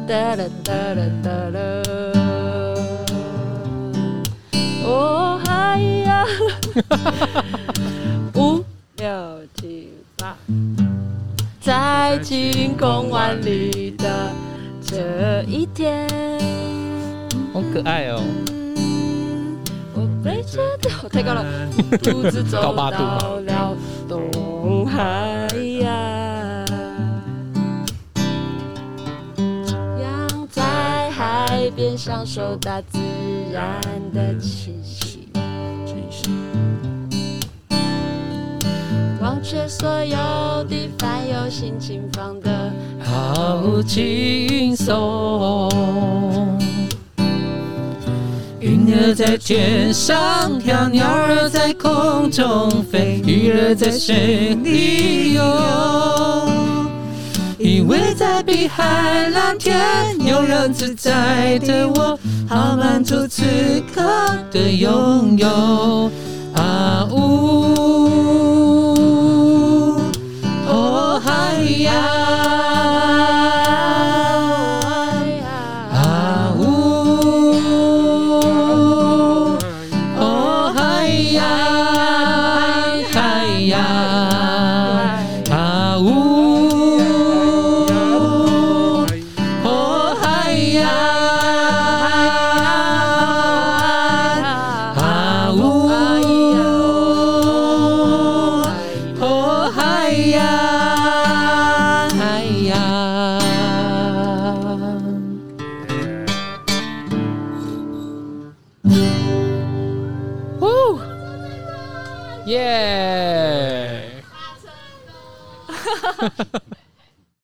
S5: 哒啦哒啦哒啦，哦嗨呀，五六七八。在晴空万里的这一天，
S3: 好可爱哦！
S5: 我背着的我太高了，独自走到了东海岸，养在海边享受大自然的气息。忘却所有的烦忧，心情放得
S3: 好轻松。云儿在天上飘，鸟儿在空中飞，鱼儿在水里游。依偎在碧海蓝天，有人自在对我，好满足此刻的拥有。啊呜，哦海洋。啊呜，哦海洋，海洋，啊呜，哦海洋，啊呜，哦海洋，海洋。耶！